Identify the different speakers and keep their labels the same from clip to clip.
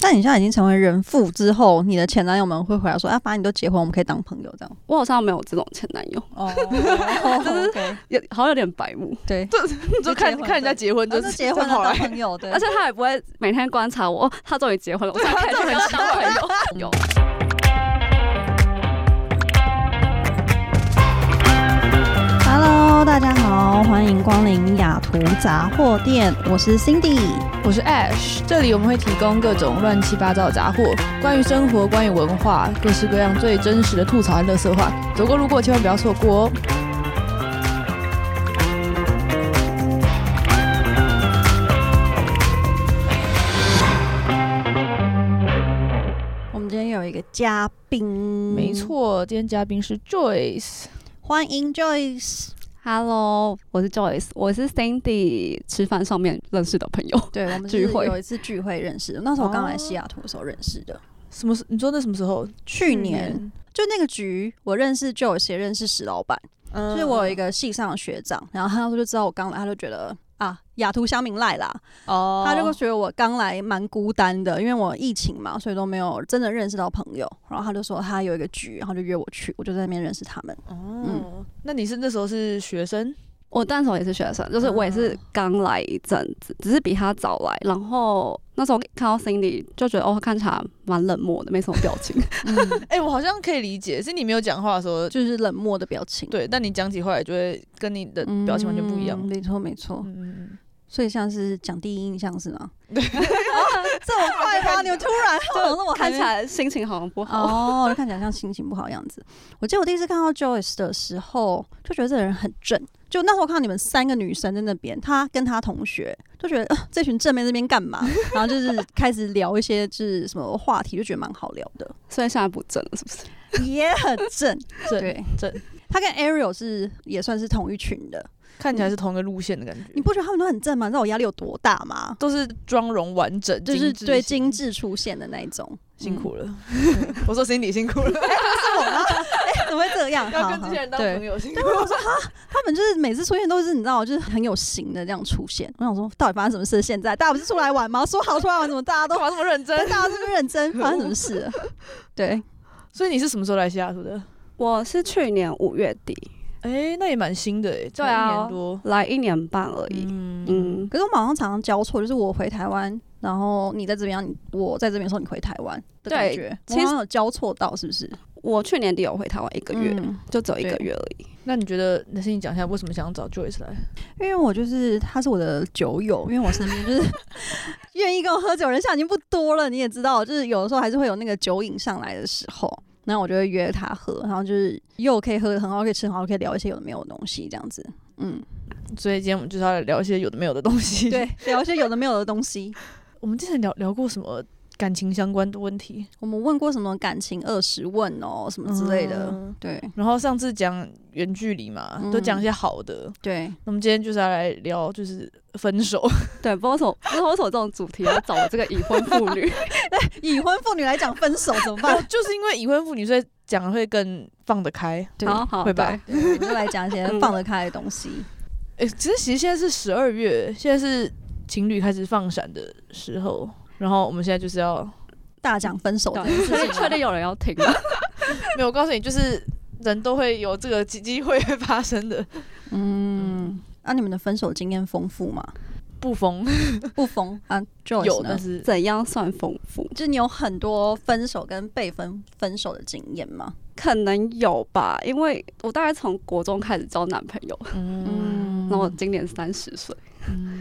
Speaker 1: 但你现在已经成为人父之后，你的前男友们会回来说：“啊，反正你都结婚，我们可以当朋友这样。
Speaker 2: 我好像没有这种前男友，”
Speaker 1: 哦，OK，
Speaker 2: 有好像有点白目，
Speaker 1: 对，
Speaker 3: 就看
Speaker 1: 结婚
Speaker 3: 看人家结婚
Speaker 1: 就
Speaker 3: 就是是
Speaker 1: 结婚了
Speaker 3: 跑
Speaker 1: 当
Speaker 3: 来，
Speaker 1: 朋友，对，
Speaker 2: 而且他也不会每天观察我，哦，他终于结婚了，我才开始跟他当朋 友。有，
Speaker 1: Hello，大家好，欢迎光临雅图杂货店，我是 Cindy。
Speaker 3: 我是 Ash，这里我们会提供各种乱七八糟的杂货，关于生活，关于文化，各式各样最真实的吐槽和乐色话，走过路过千万不要错过哦。
Speaker 1: 我们今天有一个嘉宾，
Speaker 3: 没，错，今天嘉宾是 Joyce，
Speaker 1: 欢迎 Joyce。
Speaker 2: Hello，我是 Joyce，我是 Cindy 吃饭上面认识的朋友，
Speaker 1: 对，我们
Speaker 2: 聚会
Speaker 1: 是有一次聚会认识的，那时候我刚
Speaker 3: 哦
Speaker 1: 来西雅图的时候认识的。
Speaker 3: 什么时？你说那什么时候？
Speaker 1: 去年就那个局，我认识 Joyce，也认识史老板，
Speaker 3: 嗯，
Speaker 1: 就是我有一个系上的学长，然后他那时候就知道我刚来，他就觉得。啊，雅图乡民赖啦，
Speaker 3: 哦，
Speaker 1: 他就觉得我刚来蛮孤单的，因为我疫情嘛，所以都没有真的认识到朋友。然后他就说他有一个局，然后就约我去，我就在那边认识他们。
Speaker 3: 哦，那你是那时候是学生？
Speaker 2: 我那时候也是学生，就是我也是刚来一阵子，只是比他早来。然后那时候看到 Cindy 就觉得哦，她看起来蛮冷漠的，没什么表 情。
Speaker 1: 嗯，
Speaker 3: 哎、我好像可以理解，是你没有讲话的时候，
Speaker 1: 就是冷漠的表情，
Speaker 3: 对，但你讲起话来就会跟你的
Speaker 1: 嗯，
Speaker 3: 表情完全不一样。嗯
Speaker 1: 没错，没错。
Speaker 3: 嗯
Speaker 1: 所以像是讲第一印象是 吗？
Speaker 3: 对
Speaker 1: 这我快吗？你们 突然，那我
Speaker 2: 看起
Speaker 1: 来。
Speaker 2: 来心情好像不好。
Speaker 1: 哦，就看起来像心情不好的样子。我记得我第一次看到 Joyce 的时候，就觉得这个人很正。就那时候看到你们三个女生在那边，她跟她同学，就觉得、呃、这群正妹在那边干嘛？ 然后就是开始聊一些就是什么话题，就觉得蛮好聊的，
Speaker 2: 所以现在不正了，是不是？
Speaker 1: 也很正。
Speaker 3: 正
Speaker 1: 对，
Speaker 3: 正。
Speaker 1: 她跟 Ariel 是也算是同一群的，
Speaker 3: 嗯，看起来是同一个路线的感觉。
Speaker 1: 你不觉得他们都很正吗？你知道我压力有多大吗？
Speaker 3: 都是妆容完整，
Speaker 1: 就是
Speaker 3: 致
Speaker 1: 对精，
Speaker 3: 型
Speaker 1: 致出现的那一种，
Speaker 3: 辛苦了。 我说 Cindy 辛苦 了，
Speaker 1: 嗯，怎么会这样？
Speaker 3: 要
Speaker 1: 好
Speaker 3: 跟
Speaker 1: 好
Speaker 3: 这些人当
Speaker 1: 对
Speaker 3: 朋友辛苦了。
Speaker 1: 他们就是每次出现都是你知道，就是很有型的这样出现。我想说，到底发生什么事？现在大家不是出来玩吗？ 说好出来玩，怎么大家都
Speaker 3: 干嘛这么认真？
Speaker 1: 大家这么认真？发生什么事 了？对，
Speaker 3: 所以你是什么时候来西雅图的？
Speaker 2: 我是去年五月底
Speaker 3: 哎，那也蛮新的哎，
Speaker 2: 对啊
Speaker 3: 一年多。
Speaker 2: 来一年半而已。
Speaker 3: 嗯，
Speaker 2: 嗯，
Speaker 1: 可是我们好像常常交错，就是我回台湾，然后你在这边，然后你我在这边的时候，你回台湾的感觉，
Speaker 2: 对
Speaker 1: 我好像有交错到，是不是？
Speaker 2: 我去年底有回台湾一个月，
Speaker 1: 嗯
Speaker 2: 就只有一个月而已。
Speaker 3: 那你觉得，那先你讲一下为什么想找 Joyce 来？
Speaker 1: 因为我就是他是我的酒友，因为我身边就是愿意跟我喝酒的人现在已经不多了，你也知道，就是有的时候还是会有那个酒瘾上来的时候，然后我就会约他喝，然后就是又可以喝得很好，又可以吃很好，又可以聊一些有的没有的东西，这样子，嗯，
Speaker 3: 所以今天我们就是要来聊一些有的没有的东 西。
Speaker 1: 对，，聊一些有的没有的东西。
Speaker 3: 我们之前聊聊过什么感情相关的问题
Speaker 1: 我们问过什么感情二十问哦，什么之类的，
Speaker 3: 嗯
Speaker 1: 对
Speaker 3: 然后上次讲远距离嘛，
Speaker 1: 嗯
Speaker 3: 都讲一些好的。
Speaker 1: 对，
Speaker 3: 那么今天就是要来聊，就是分手。
Speaker 2: 对，不知道为什么，不知道为什么这种主题要找我这个已婚妇 女。
Speaker 1: 已婚妇女来讲分手怎么
Speaker 3: 哦
Speaker 1: 办？
Speaker 3: 就是因为已婚妇女，所以讲得会更放得开。
Speaker 1: 对，
Speaker 2: 好好，
Speaker 3: 会吧
Speaker 1: 对我们就来讲一些放得开的东西。
Speaker 3: 诶、其实其实现在是十二月，现在是情侣开始放闪的时候，然后我们现在就是要，
Speaker 1: 大讲分手
Speaker 2: 对
Speaker 1: 这
Speaker 2: 对，
Speaker 1: 件事
Speaker 2: 所以
Speaker 1: 情，
Speaker 2: 确定有人要听了。
Speaker 3: 没有，我告诉你，就是人都会有这个机机会会发生的，
Speaker 1: 嗯，那、你们的分手经验丰富吗？
Speaker 3: 不疯
Speaker 1: 不疯啊，Joyce
Speaker 3: 有，
Speaker 1: 呢
Speaker 3: 但 是
Speaker 2: 怎样算丰富？
Speaker 1: 就是你有很多分手跟被分分手的经验吗？
Speaker 2: 可能有吧，因为我大概从国中开始交男朋友，
Speaker 3: 嗯，
Speaker 2: 然后我今年三十岁，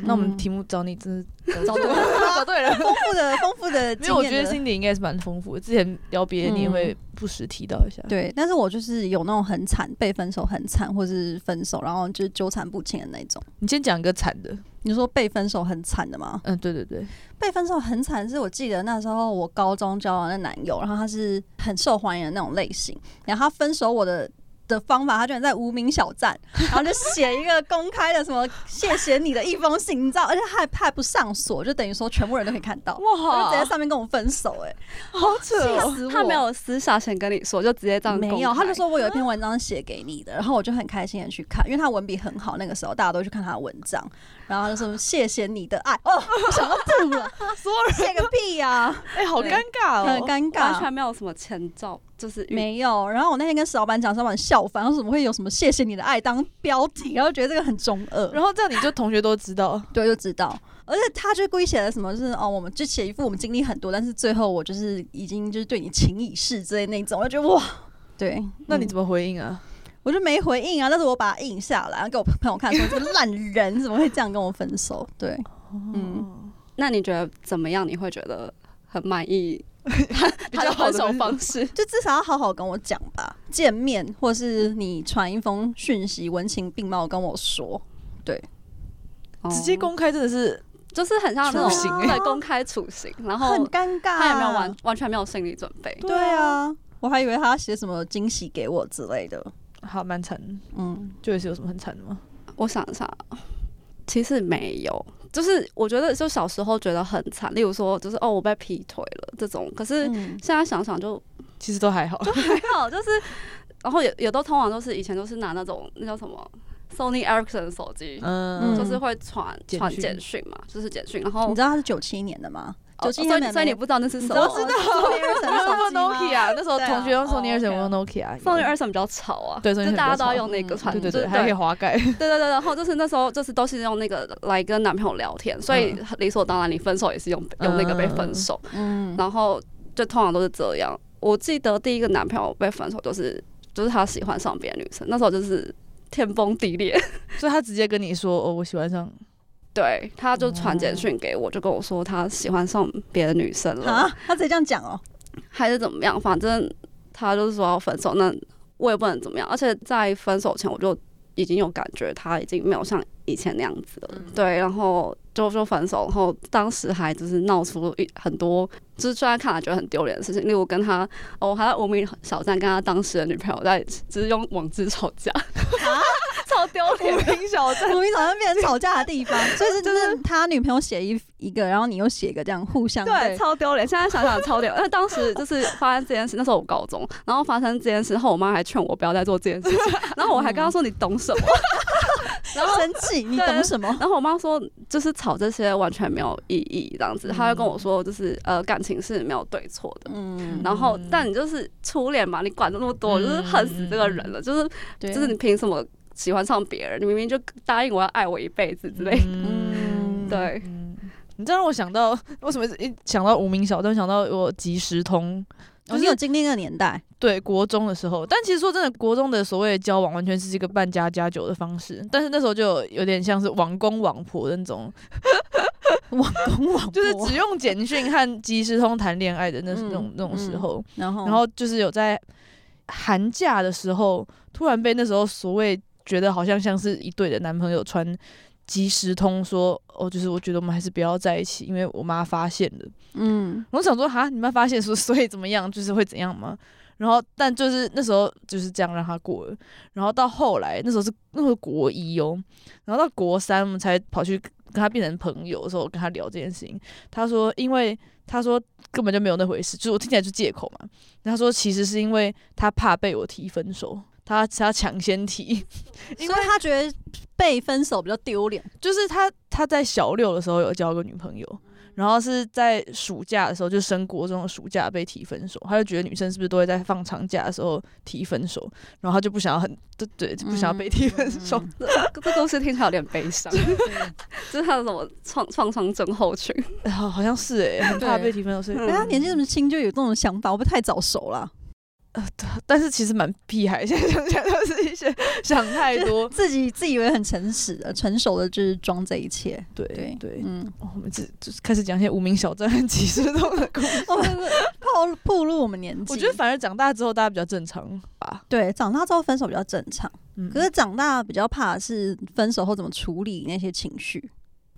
Speaker 3: 那我们题目找你真是
Speaker 2: 找对
Speaker 3: 了，找对 了。
Speaker 1: 丰富的丰富的
Speaker 3: 没
Speaker 1: 经
Speaker 3: 有，我觉
Speaker 1: 验
Speaker 3: 得
Speaker 1: 的。
Speaker 3: 心里应该是蛮丰富的。之前聊别人，你也
Speaker 1: 嗯
Speaker 3: 会不时提到一下。
Speaker 1: 对，但是我就是有那种很惨，被分手很惨，或是分手然后就是纠缠不清的那种。
Speaker 3: 你先讲一个惨的，
Speaker 1: 你说被分手很惨的吗？
Speaker 3: 嗯，对对对，
Speaker 1: 被分手很惨，是我记得那时候我高中交往的男友，然后他是很受欢迎的那种类型，然后他分手我的的方法，他居然在无名小站， 然后就写一个公开的什么“谢谢你的一封信”，你知道，而且他还他还不上锁，就等于说全部人都可以看到，他就直接在
Speaker 2: 哇，
Speaker 1: 上面跟我分手、哎，
Speaker 2: 好扯
Speaker 1: 哦气死我
Speaker 2: 他没有私下先跟你说，就直接这样公开
Speaker 1: 没有，他就说我有一篇文章写给你的，然后我就很开心的去看，因为他文笔很好，那个时候大家都去看他的文章，然后他就说谢谢你的爱，哦，我想到吐 了，
Speaker 3: 所有人
Speaker 1: 谢个屁呀、
Speaker 3: 哎、好
Speaker 2: 对
Speaker 3: 尴尬
Speaker 1: 很
Speaker 3: 哦。
Speaker 1: 尴
Speaker 2: 完
Speaker 1: 尬。
Speaker 2: 全没有什么前兆，就是遇
Speaker 1: 没有，然后我那天跟石老板讲，石老板笑翻，然后怎么会有什么“谢谢你的爱”当标题，然后觉得这个很中二，
Speaker 3: 然后这样你就同学都知道，
Speaker 1: 对，就知道。而且他就故意写了什么，就是哦，我们就写一副我们经历很多，但是最后我就是已经就是对你情已逝之类那种，我就觉得哇，对，
Speaker 3: 那你
Speaker 1: 嗯
Speaker 3: 怎么回应啊？
Speaker 1: 我就没回应啊，但是我把它印下来，然后给我朋友看，说这个烂人怎么会这样跟我分手？对，
Speaker 3: 嗯，
Speaker 2: 那你觉得怎么样？你会觉得很满 意
Speaker 3: 比
Speaker 2: 他
Speaker 3: 较
Speaker 2: 的
Speaker 3: 好
Speaker 2: 分
Speaker 3: 的
Speaker 2: 手方式？
Speaker 1: 就至少要好好跟我讲吧，见面或是你传一封讯息，文情并茂跟我说，
Speaker 2: 哦
Speaker 3: 直接公开真的是
Speaker 2: 就是很像那
Speaker 1: 处刑
Speaker 2: 种
Speaker 1: 欸
Speaker 2: 对公开处刑，然
Speaker 1: 很
Speaker 2: 后
Speaker 1: 尴尬、
Speaker 2: 他也没
Speaker 3: 啊
Speaker 2: 有完？完全没有心理准备。
Speaker 1: 对啊，我还以为他要写什么惊喜给我之类的。
Speaker 3: 好蛮惨，
Speaker 1: 嗯，
Speaker 3: 就是有什么很惨的吗？
Speaker 2: 我想一下，其实没有，就是我觉得就小时候觉得很惨，例如说就是哦我被劈腿了这种，可是
Speaker 1: 嗯
Speaker 2: 现在想想就
Speaker 3: 其实都还好，
Speaker 2: 还好，就是然后也也都通常都是以前都是拿那种那叫什么 Sony Ericsson 手机。
Speaker 3: 嗯，
Speaker 2: 就是会传
Speaker 3: 简
Speaker 2: 传
Speaker 3: 讯
Speaker 2: 简讯嘛，就是简讯，然后
Speaker 1: 你知道他是九七年的吗？
Speaker 2: 哦
Speaker 1: 97
Speaker 2: 所以
Speaker 1: 年
Speaker 2: 你 所以
Speaker 1: 没
Speaker 2: 你不知道那是什
Speaker 1: 你
Speaker 2: 么？
Speaker 1: 知道我知道 Sony
Speaker 3: 那
Speaker 1: Ericsson
Speaker 3: 时候
Speaker 1: 手机 吗
Speaker 3: Nokia，那时候
Speaker 1: 对啊
Speaker 3: 同学用 Sony
Speaker 1: 哦
Speaker 3: Ericsson，
Speaker 1: ，OK
Speaker 3: 我用 Nokia，
Speaker 2: Sony 二三比较吵啊，
Speaker 3: 对
Speaker 2: 就
Speaker 3: Sony
Speaker 2: 大家都
Speaker 3: 比较
Speaker 2: 要
Speaker 3: 吵
Speaker 2: 用那个传，
Speaker 3: 对对
Speaker 2: 就
Speaker 3: 对，还可以
Speaker 2: 对
Speaker 3: 滑盖，
Speaker 2: 对对对，然后就是那时候就是都是用那个来跟男朋友聊天，所以理所当然你分手也是用用那个被分手，
Speaker 1: 嗯，
Speaker 2: 然后就通常都是这样。我记得第一个男朋友被分手就是就是他喜欢上别的女生，那时候就是天崩 地裂，
Speaker 3: 所以他直接跟你说，哦，我喜欢上，
Speaker 2: 对，他就传
Speaker 1: 哦
Speaker 2: 简讯给我，就跟我说他喜欢上别的女生了，
Speaker 1: 啊，他直接这样讲 哦，
Speaker 2: 还是怎么样，反正他就是说要分手，那我也不能怎么样。而且在分手前我就已经有感觉他已经没有像以前那样子了，
Speaker 3: 嗯
Speaker 2: 对，然后就就分手，然后当时还就是闹出一很多，就是虽然看来觉得很丢脸的事情，例如跟他哦，我还在无名小站跟他当时的女朋友在只是用网志吵架， 超丢脸。
Speaker 3: 林啊小站，
Speaker 1: 我们早上变成吵架的地 方，所以是就是他女朋友写一一个，然后你又写一个，这样互相
Speaker 2: 对， 超丢脸。现在想想超丢脸。那当 时就是发生这件事，那时候我高中，然后发生这件事后，我妈还劝我不要再做这件 事情，然后我还
Speaker 1: 嗯
Speaker 2: 跟她说你懂什么？ 然后
Speaker 1: 生气，你懂什 么？
Speaker 2: 然后我妈说，就是吵这些完全没有意义，这样子。她会跟我说，就是呃，感情是没有对错的。
Speaker 1: 嗯，
Speaker 2: 然后，但你就是初恋嘛，你管那么多，就是恨死这个人了，就是
Speaker 1: 嗯对
Speaker 2: 就是你凭什么喜欢上别人？你明明就答应我要爱我一辈子之类的。
Speaker 1: 嗯，
Speaker 2: 对，
Speaker 3: 嗯，你这让我想到，为什么一想到无名小站，想到我即时通，
Speaker 1: 哦，
Speaker 3: 就
Speaker 1: 你
Speaker 3: 是
Speaker 1: 有经历那个年 代，
Speaker 3: 对国中的时候，但其实说真的，国中的所谓的交往完全是一个半家家酒的方式，但是那时候就有有点像是网公网婆的那种，
Speaker 1: 网公网
Speaker 3: 就是
Speaker 1: 婆
Speaker 3: 只用简讯和即时通谈恋爱的那
Speaker 1: 哦嗯
Speaker 3: 那种那种时候，
Speaker 1: 然后
Speaker 3: 然后就是有在寒假的时候，突然被那时候所谓觉得好像像是一对的男朋友传即时通说，哦，就是我觉得我们还是不要在一起，因为我妈发现了。
Speaker 1: 嗯，
Speaker 3: 我想说，哈，你们发现说， 所以怎么样，就是会怎样吗？然后，但就是那时候就是这样让他过了。然后到后来，那时候是那时候国一哦，然后到国三我们才跑去跟他变成朋友的时候，我跟他聊这件事情。他说，因为他说根本就没有那回事，就是我听起来是借口嘛。然后他说，其实是因为他怕被我提分手，他他抢先提，
Speaker 1: 所
Speaker 3: 因
Speaker 1: 以
Speaker 3: 为
Speaker 1: 他觉得被分手比较丢脸，
Speaker 3: 就是他他在小六的时候有交个女朋友，然后是在暑假的时候，就升国中的暑假被提分手，他就觉得女生是不是都会在放长假的时候提分手，然后他就不想要很对对，就不想要被提分手。
Speaker 1: 嗯
Speaker 2: 这 这故事听起来有点悲伤， 就是他的什么创创伤症候群。
Speaker 3: 哎好好像是哎、很怕被提分手，所以
Speaker 1: 可是他啊年纪这么轻就有这种想法，我不太早熟了，
Speaker 3: 但是其实蛮屁孩，现在想起来都是一些想太多。
Speaker 1: 自己自以为很诚实的、成熟的，就是装这一切。
Speaker 3: 嗯对
Speaker 1: 对
Speaker 3: 对，
Speaker 1: 嗯，
Speaker 3: 哦我们这就是开始讲一些无名小站和即时通的故事。
Speaker 1: 我们暴暴露我们年纪，
Speaker 3: 我觉得反而长大之后大家比较正常吧。
Speaker 1: 对，长大之后分手比较正常，
Speaker 3: 嗯
Speaker 1: 可是长大比较怕的是分手后怎么处理那些情绪。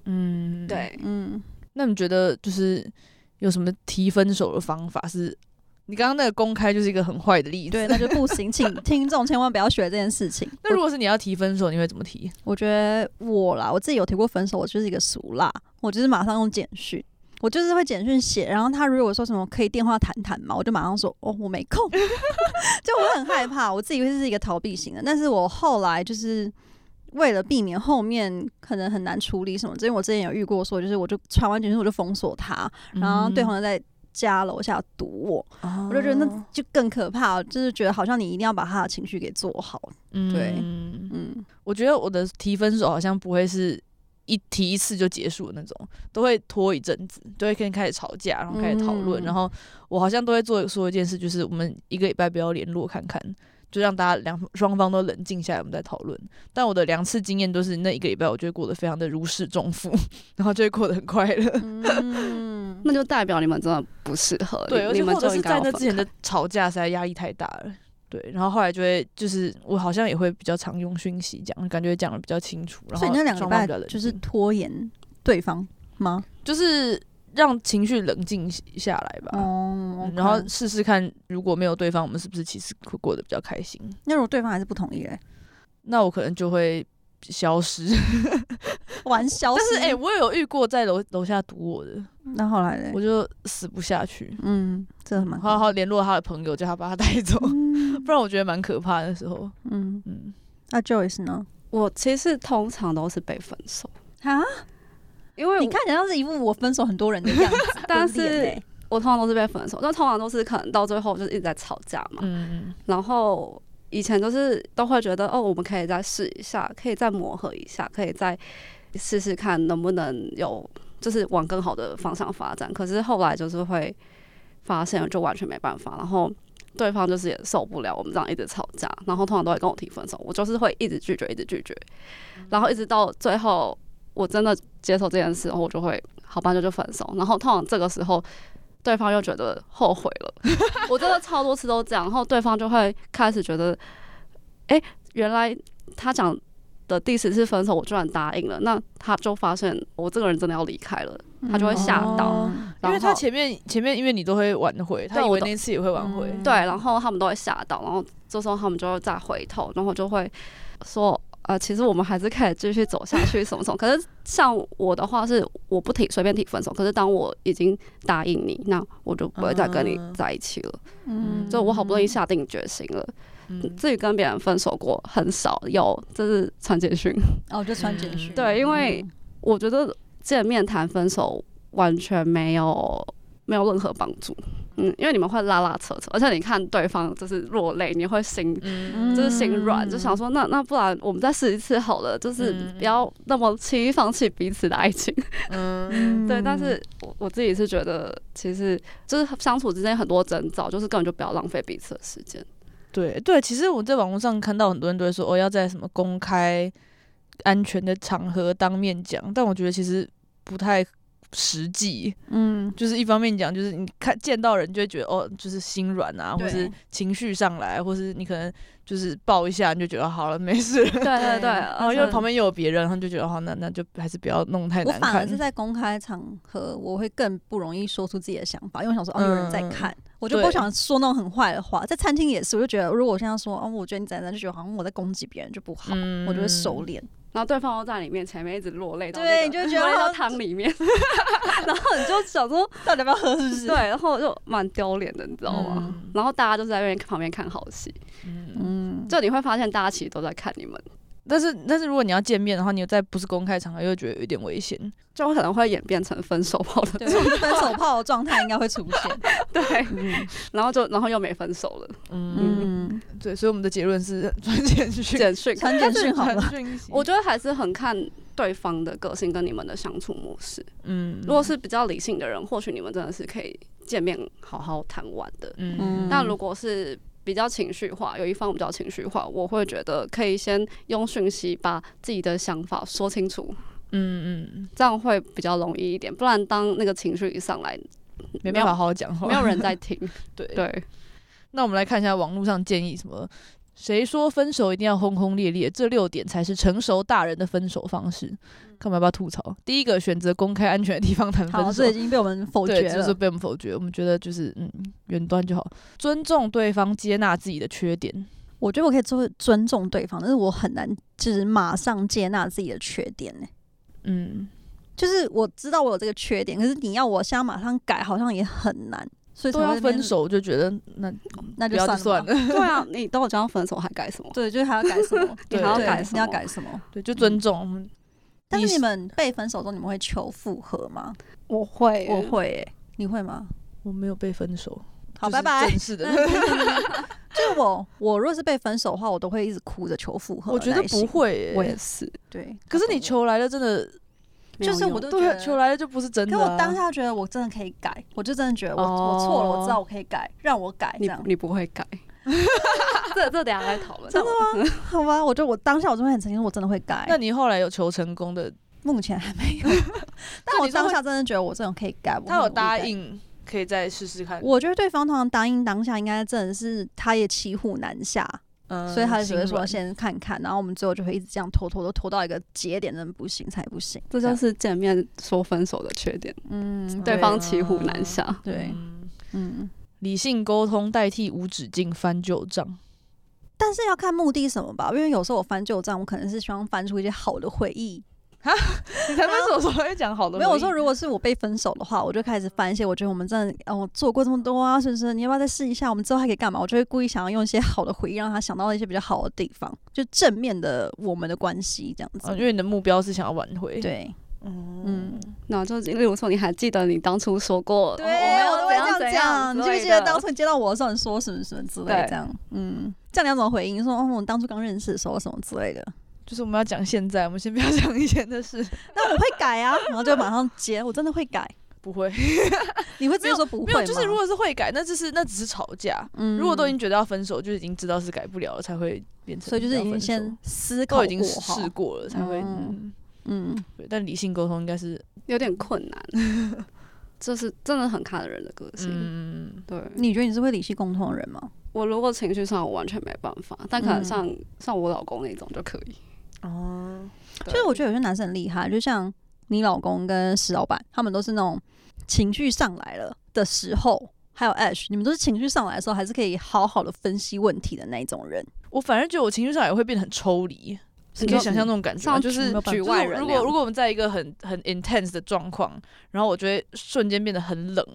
Speaker 3: 嗯，
Speaker 2: 对，
Speaker 1: 嗯，
Speaker 3: 那你觉得就是有什么提分手的方法是你刚刚那个公开就是一个很坏的例子。
Speaker 1: 对，那就不行，请 听众千万不要学这件事情。
Speaker 3: 那如果是你要提分手，你会怎么提？
Speaker 1: 我觉得我啦，我自己有提过分手，我就是一个俗辣，我就是马上用简讯，我就是会简讯写，然后他如果说什么可以电话谈谈嘛，我就马上说哦我没空， 就我很害怕，我自己会是一个逃避型的，但是我后来就是。为了避免后面可能很难处理什么，因为我之前有遇过说，就是我就传完简讯我就封锁他，然后对方就在家楼下堵我，
Speaker 3: 嗯，
Speaker 1: 我
Speaker 3: 我
Speaker 1: 就觉得那就更可怕，就是觉得好像你一定要把他的情绪给做好，对
Speaker 3: 嗯
Speaker 1: 嗯，
Speaker 3: 我觉得我的提分手好像不会是一提一次就结束的那种，都会拖一阵子，都会跟开始吵架，然后开始讨论，
Speaker 1: 嗯
Speaker 3: 然后我好像都会做说一件事，就是我们一个礼拜不要联络看看。就让大家两双方都冷静下来，我们再讨论。但我的两次经验都是那一个礼拜，我就会过得非常的如释重负，然后就会过得很快 乐。
Speaker 1: 嗯，
Speaker 2: 那就代表你们真的不适合，
Speaker 3: 对，而
Speaker 2: 你
Speaker 3: 且
Speaker 2: 们
Speaker 3: 或者
Speaker 2: 就是应该
Speaker 3: 在
Speaker 2: 要
Speaker 3: 那
Speaker 2: 分
Speaker 3: 之前
Speaker 2: 开
Speaker 3: 的吵架实在压力太大了。对，然后后来就会就是我好像也会比较常用讯息讲，感觉讲的比较清楚，然后
Speaker 1: 所以那两个礼
Speaker 3: 状况
Speaker 1: 拜
Speaker 3: 比较冷
Speaker 1: 就是
Speaker 3: 静
Speaker 1: 拖延对方吗？
Speaker 3: 就是让情绪冷静下来吧。
Speaker 1: 哦
Speaker 3: 嗯然后试试看，如果没有对方，我们是不是其实会过得比较开心？
Speaker 1: 那如果对方还是不同意 嘞，
Speaker 3: 那我可能就会消失。
Speaker 1: 玩消
Speaker 3: 但是
Speaker 1: 失
Speaker 3: 哎、欸我也有遇过在楼楼下堵我的，
Speaker 1: 那后来嘞
Speaker 3: 我，就死不下去。
Speaker 1: 嗯，这蛮
Speaker 3: 好好联络他的朋友，叫他把他带走，
Speaker 1: 嗯
Speaker 3: 不然我觉得蛮可怕的。那时候，
Speaker 1: 嗯，
Speaker 3: 嗯，
Speaker 1: 那 Joyce 呢？
Speaker 2: 我其实通常都是被分手，
Speaker 1: 啊，
Speaker 2: 因为
Speaker 1: 你
Speaker 2: 我，
Speaker 1: 看起来像是一副我分手很多人的样子
Speaker 2: 但
Speaker 1: 的脸欸
Speaker 2: 是
Speaker 1: 嘞
Speaker 2: 我通常都是被分手，但通常都是可能到最后就是一直在吵架嘛。
Speaker 3: 嗯，
Speaker 2: 然后以前就是都会觉得哦，我们可以再试一下，可以再磨合一下，可以再试试看能不能有就是往更好的方向发展。可是后来就是会发现就完全没办法，然后。对方就是也受不了我们这样一直吵架，然后通常都会跟我提分手，我就是会一直拒绝，一直拒绝，然后一直到最后我真的接受这件事，然后我就会好吧，那就分手。然后通常这个时候对方又觉得后悔了，我真的超多次都这样，然后对方就会开始觉得，哎、原来他讲的第十次分手，我居然答应了，那他就发现我这个人真的要离开了，他就会吓到，
Speaker 3: 哦
Speaker 1: 嗯
Speaker 2: 然
Speaker 3: 因
Speaker 2: 后
Speaker 3: 为他前面前面因为你都会挽回，他
Speaker 2: 对
Speaker 3: 以
Speaker 2: 我
Speaker 3: 为
Speaker 2: 懂
Speaker 3: 那次也会挽回，
Speaker 1: 嗯
Speaker 2: 对，然后他们都会吓到，然后这时候他们就会再回头，然后就会说。呃，其实我们还是可以继续走下去，什么什么。可是像我的话是，我不提随便提分手。可是当我已经答应你，那我就不会再跟你
Speaker 3: 嗯
Speaker 2: 在一起了。
Speaker 1: 嗯
Speaker 2: 就我好不容易下定决心了，
Speaker 3: 嗯
Speaker 2: 至于跟别人分手过很少，有就是传简讯。
Speaker 1: 哦，就穿简讯，
Speaker 2: 对因为我觉得见面谈分手完全没有没有任何帮助，嗯，因为你们会拉拉扯扯，而且你看对方就是落泪，你会心
Speaker 3: 嗯
Speaker 1: 嗯
Speaker 2: 就是心软，就想说那那不然我们再试一次好了，就是
Speaker 3: 嗯
Speaker 2: 不要那么轻易放弃彼此的爱情。
Speaker 3: 嗯
Speaker 2: 对，但是我我自己是觉得，其实就是相处之间很多征兆，就是根本就不要浪费彼此的时间。
Speaker 3: 对对，其实我在网络上看到很多人都会说，哦，要在什么公开、安全的场合当面讲，但我觉得其实不太实际。
Speaker 1: 嗯
Speaker 3: 就是一方面讲，就是你看见到人就会觉得，哦，就是心软啊，或
Speaker 1: 对
Speaker 3: 是情绪上来，或是你可能就是抱一下，你就觉得哦好了，没事了。
Speaker 1: 哦
Speaker 2: 对对对，
Speaker 1: 然
Speaker 3: 然后
Speaker 2: 而且
Speaker 3: 又旁边又有别人，然后就觉得，好，哦那那就还是不要弄太
Speaker 1: 我
Speaker 3: 难
Speaker 1: 反而
Speaker 3: 看
Speaker 1: 是。在公开场合，我会更不容易说出自己的想法，因为我想说，哦，有人在看，我就
Speaker 3: 嗯对
Speaker 1: 不想说那种很坏的话。在餐厅也是，我就觉得，如果我现在说，哦，我觉得你怎样怎样，就觉得好像我在攻击别人，就不好，
Speaker 3: 嗯
Speaker 1: 我就会收敛。
Speaker 2: 然后对方又在你面前面一直落泪到那个，
Speaker 1: 对你就会觉得
Speaker 2: 落泪
Speaker 1: 好
Speaker 2: 到
Speaker 1: 像
Speaker 2: 汤里面， 然后你就想说，
Speaker 1: 到底要不要喝？是不是？
Speaker 2: 对，，然后就蛮丢脸的，你知道吗？
Speaker 1: 啊
Speaker 3: 嗯
Speaker 2: 然后大家就在那边旁边看好戏，
Speaker 3: 嗯
Speaker 1: 嗯，
Speaker 2: 就你会发现大家其实都在看你们，
Speaker 3: 但是但是如果你要见面的话，你又在不是公开场合，又觉得有一点危险。
Speaker 2: 就可能会演变成分手后的
Speaker 1: 对，分手炮的状态应该会出现。
Speaker 2: 对，
Speaker 1: 嗯
Speaker 2: 然后就然后又没分手 了，
Speaker 1: 嗯，
Speaker 3: 对，所以我们的结论是 传简讯，
Speaker 2: 简 讯。
Speaker 1: 传简讯好了。
Speaker 3: 传讯息
Speaker 2: 我觉得还是很看对方的个性跟你们的相处模式。
Speaker 3: 嗯，
Speaker 2: 如果是比较理性的人，或许你们真的是可以见面好好谈完的。
Speaker 1: 嗯
Speaker 2: 那如果是比较情绪化，有一方比较情绪化，我会觉得可以先用讯息把自己的想法说清楚，
Speaker 3: 嗯嗯，
Speaker 2: 这样会比较容易一点。不然当那个情绪一上来，
Speaker 3: 没办法好好讲 话，
Speaker 2: 没有人在听。
Speaker 3: 对。
Speaker 2: 对，
Speaker 3: 那我们来看一下网络上建议什么谁说分手一定要轰轰烈烈？这六点才是成熟大人的分手方式。干嘛要不要吐槽？第一个，选择公开安全的地方谈
Speaker 1: 好，
Speaker 3: 分手
Speaker 1: 这已，经被我们否
Speaker 3: 对，
Speaker 1: 决
Speaker 3: 就是
Speaker 1: 了。
Speaker 3: 被我们否决。我们觉得就是嗯，远端就好，尊重对方，接纳自己的缺点。
Speaker 1: 我觉得我可以做尊重对方，但是我很难就是马上接纳自己的缺点呢、
Speaker 3: 嗯，
Speaker 1: 就是我知道我有这个缺点，可是你要我现在马上改，好像也很难。所以
Speaker 3: 都
Speaker 1: 才
Speaker 3: 要
Speaker 1: 会变
Speaker 3: 分，手就觉得那
Speaker 1: 那
Speaker 3: 不
Speaker 1: 就
Speaker 3: 要
Speaker 1: 算了。
Speaker 3: 就算。了，
Speaker 2: 对啊，你都已经要分手，还改什么？
Speaker 1: 对，就是还要改什 么？
Speaker 3: 对
Speaker 2: 你还要
Speaker 1: 对
Speaker 2: 改什
Speaker 1: 你
Speaker 2: 么？
Speaker 1: 要改什么？
Speaker 3: 对，就尊重。
Speaker 1: 但是
Speaker 3: 你
Speaker 1: 你们被分手之后，你们会求复合吗？
Speaker 2: 我会
Speaker 1: 我会、欸，你会吗？
Speaker 3: 我没有被分手，
Speaker 1: 好，
Speaker 3: 就是
Speaker 1: 拜拜。嗯
Speaker 3: 正式的，
Speaker 1: 就我，我如果是被分手的话，我都会一直哭着求复合。
Speaker 3: 我觉得不，会耶、
Speaker 2: 我也是，
Speaker 1: 对。
Speaker 3: 可是你求来了，真的
Speaker 1: 就是我都觉
Speaker 3: 对
Speaker 1: 得
Speaker 3: 啊，求来了就不是真
Speaker 1: 可
Speaker 3: 的、
Speaker 1: 我
Speaker 3: 啊。
Speaker 1: 当下觉得我真的可以改，我就真的觉得我、我
Speaker 3: 哦
Speaker 1: 错了，我知道我可以改，让我改这
Speaker 2: 你
Speaker 1: 样，
Speaker 2: 你不会改， 这这等下来讨论。
Speaker 1: 真的吗？好吧，我觉得我当下我就会很诚心，我真的会改。
Speaker 3: 那你后来有求成功的，
Speaker 1: 目前还没 有，但
Speaker 3: 那
Speaker 1: 我
Speaker 3: 你就会
Speaker 1: 当下真的觉得我这种可以改。我
Speaker 3: 他有
Speaker 1: 很努力
Speaker 3: 答
Speaker 1: 改。
Speaker 3: 应可以再试试看，
Speaker 1: 我觉得对方通常答应当下，应该真的是他也骑虎难下，
Speaker 3: 嗯
Speaker 1: 所以他就觉得
Speaker 3: 心
Speaker 1: 说
Speaker 3: 软
Speaker 1: 先看看，然后我们最后就会一直这样拖拖拖拖到一个节点，真的不行才不行。
Speaker 2: 这
Speaker 1: 样
Speaker 2: 就是见面说分手的缺点，
Speaker 1: 嗯，
Speaker 2: 对
Speaker 1: 对
Speaker 2: 方骑虎难下。
Speaker 1: 对，
Speaker 3: 嗯
Speaker 1: 嗯，
Speaker 3: 理性沟通代替无止境翻旧账。
Speaker 1: 但是要看目的什么吧，因为有时候我翻旧账，我可能是希望翻出一些好的回忆。
Speaker 3: 你才分手 怎么会讲好的？
Speaker 1: 没有，我说如果是我被分手的话，我就开始翻一些我觉得我们真的哦做过这么多啊，是不是？你要不要再试一下？我们之后还可以干嘛？我就会故意想要用一些好的回忆，让他想到一些比较好的地方，就正面的我们的关系这样
Speaker 3: 啊，
Speaker 1: 子。
Speaker 3: 因为你的目标是想要挽回。，
Speaker 1: 对，
Speaker 3: 嗯，
Speaker 2: 然后就例如说，你还记得你当初说过，
Speaker 1: 对，
Speaker 2: 我
Speaker 1: 都会
Speaker 2: 没有
Speaker 1: 这
Speaker 2: 怎样怎
Speaker 1: 讲。
Speaker 2: 样
Speaker 1: 你
Speaker 2: 之
Speaker 1: 记不
Speaker 2: 类
Speaker 1: 记得
Speaker 2: 的
Speaker 1: 当初你接到我的时候，你说什么什么之类的
Speaker 2: 对
Speaker 1: 这样？嗯，这样你要怎么回应？说哦，我当初刚认识的时候什么之类的。
Speaker 3: 就是我们要讲现在，我们先不要讲以前的事。
Speaker 1: 那我会改啊，然后就马上接，我真的会改。
Speaker 3: 不会，
Speaker 1: 你会直接说不会
Speaker 3: 没
Speaker 1: 吗
Speaker 3: 有，就是如果是会改，那就是那只是吵架。
Speaker 1: 嗯
Speaker 3: 如果都已经觉得要分手，就已经知道是改不了了，才会变成
Speaker 1: 所以就是已
Speaker 3: 要
Speaker 1: 经
Speaker 3: 分手
Speaker 1: 先思考
Speaker 3: 都
Speaker 1: 过
Speaker 3: 已经试
Speaker 1: 哈，
Speaker 3: 过了，才会
Speaker 1: 嗯
Speaker 3: 嗯，
Speaker 1: 嗯，
Speaker 3: 对。但理性沟通应该是
Speaker 2: 有点困难， 就是真的很看人的个性。
Speaker 3: 嗯，
Speaker 2: 对
Speaker 1: 你觉得你是会理性沟通的人吗？
Speaker 2: 我如果情绪上我完全没办法，但可能
Speaker 1: 嗯
Speaker 2: 像、像我老公那种就可以。
Speaker 3: 哦，
Speaker 2: 对
Speaker 1: 就是我觉得有些男生很厉害，就像你老公跟石老板，他们都是那种情绪上来了的时候，还有 Ash，你们都是情绪上来的时候，还是可以好好的分析问题的那一种人。
Speaker 3: 我反正觉得我情绪上也会变得很抽离，你
Speaker 2: 你
Speaker 3: 可以
Speaker 2: 说
Speaker 3: 想象那种感觉吗，
Speaker 2: 上
Speaker 3: 就是
Speaker 2: 局局外人
Speaker 3: 如
Speaker 2: 那
Speaker 3: 果
Speaker 2: 样
Speaker 3: 如果我们在一个很很 intense 的状况，然后我就会瞬间变得很冷，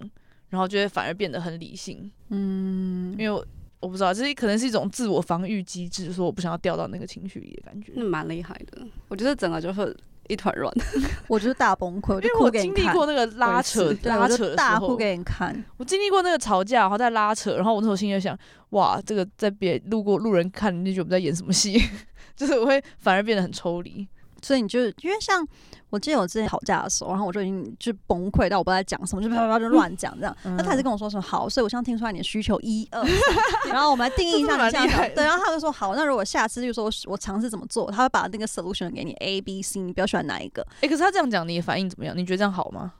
Speaker 3: 然后就会反而变得很理性，
Speaker 1: 嗯
Speaker 3: 因，为我我不知道，这是可能是一种自我防御机制，说我不想要掉到那个情绪里的感觉。
Speaker 2: 那蛮厉害的，我觉得整个就是一团乱。
Speaker 1: 我就是大崩溃，我
Speaker 3: 因
Speaker 1: 就
Speaker 3: 为
Speaker 1: 哭
Speaker 3: 我
Speaker 1: 给你
Speaker 3: 经历
Speaker 1: 看。
Speaker 3: 过那个拉扯
Speaker 2: 我也是、
Speaker 1: 对，
Speaker 3: 拉
Speaker 1: 我
Speaker 3: 扯
Speaker 1: 就
Speaker 3: 的时
Speaker 1: 大哭
Speaker 3: 候，
Speaker 1: 给你看。
Speaker 3: 我经历过那个吵架，然后在拉扯，然后我那时候心里就想，哇，这个在别路过路人看，你就觉得我们在演什么戏？ 就是我会反而变得很抽离。
Speaker 1: 所以你就因为像我记得我之前吵架的时候，然后我就已经就崩溃到我不知道在讲什么，就啪啪啪就乱讲这样。
Speaker 3: 嗯
Speaker 1: 那他还是跟我说什么好，所以我现在听出来你的需求一二 三，然后我们来定义一下你
Speaker 3: 这真的蛮
Speaker 1: 现
Speaker 3: 厉害
Speaker 1: 在
Speaker 3: 的
Speaker 1: 对，然后他就说好，那如果下次就说我我尝试怎么做，他会把那个 solution 给你 A B C，你比较喜欢哪一个？
Speaker 3: 哎、可是他这样讲，你的反应怎么样？你觉得这样好吗？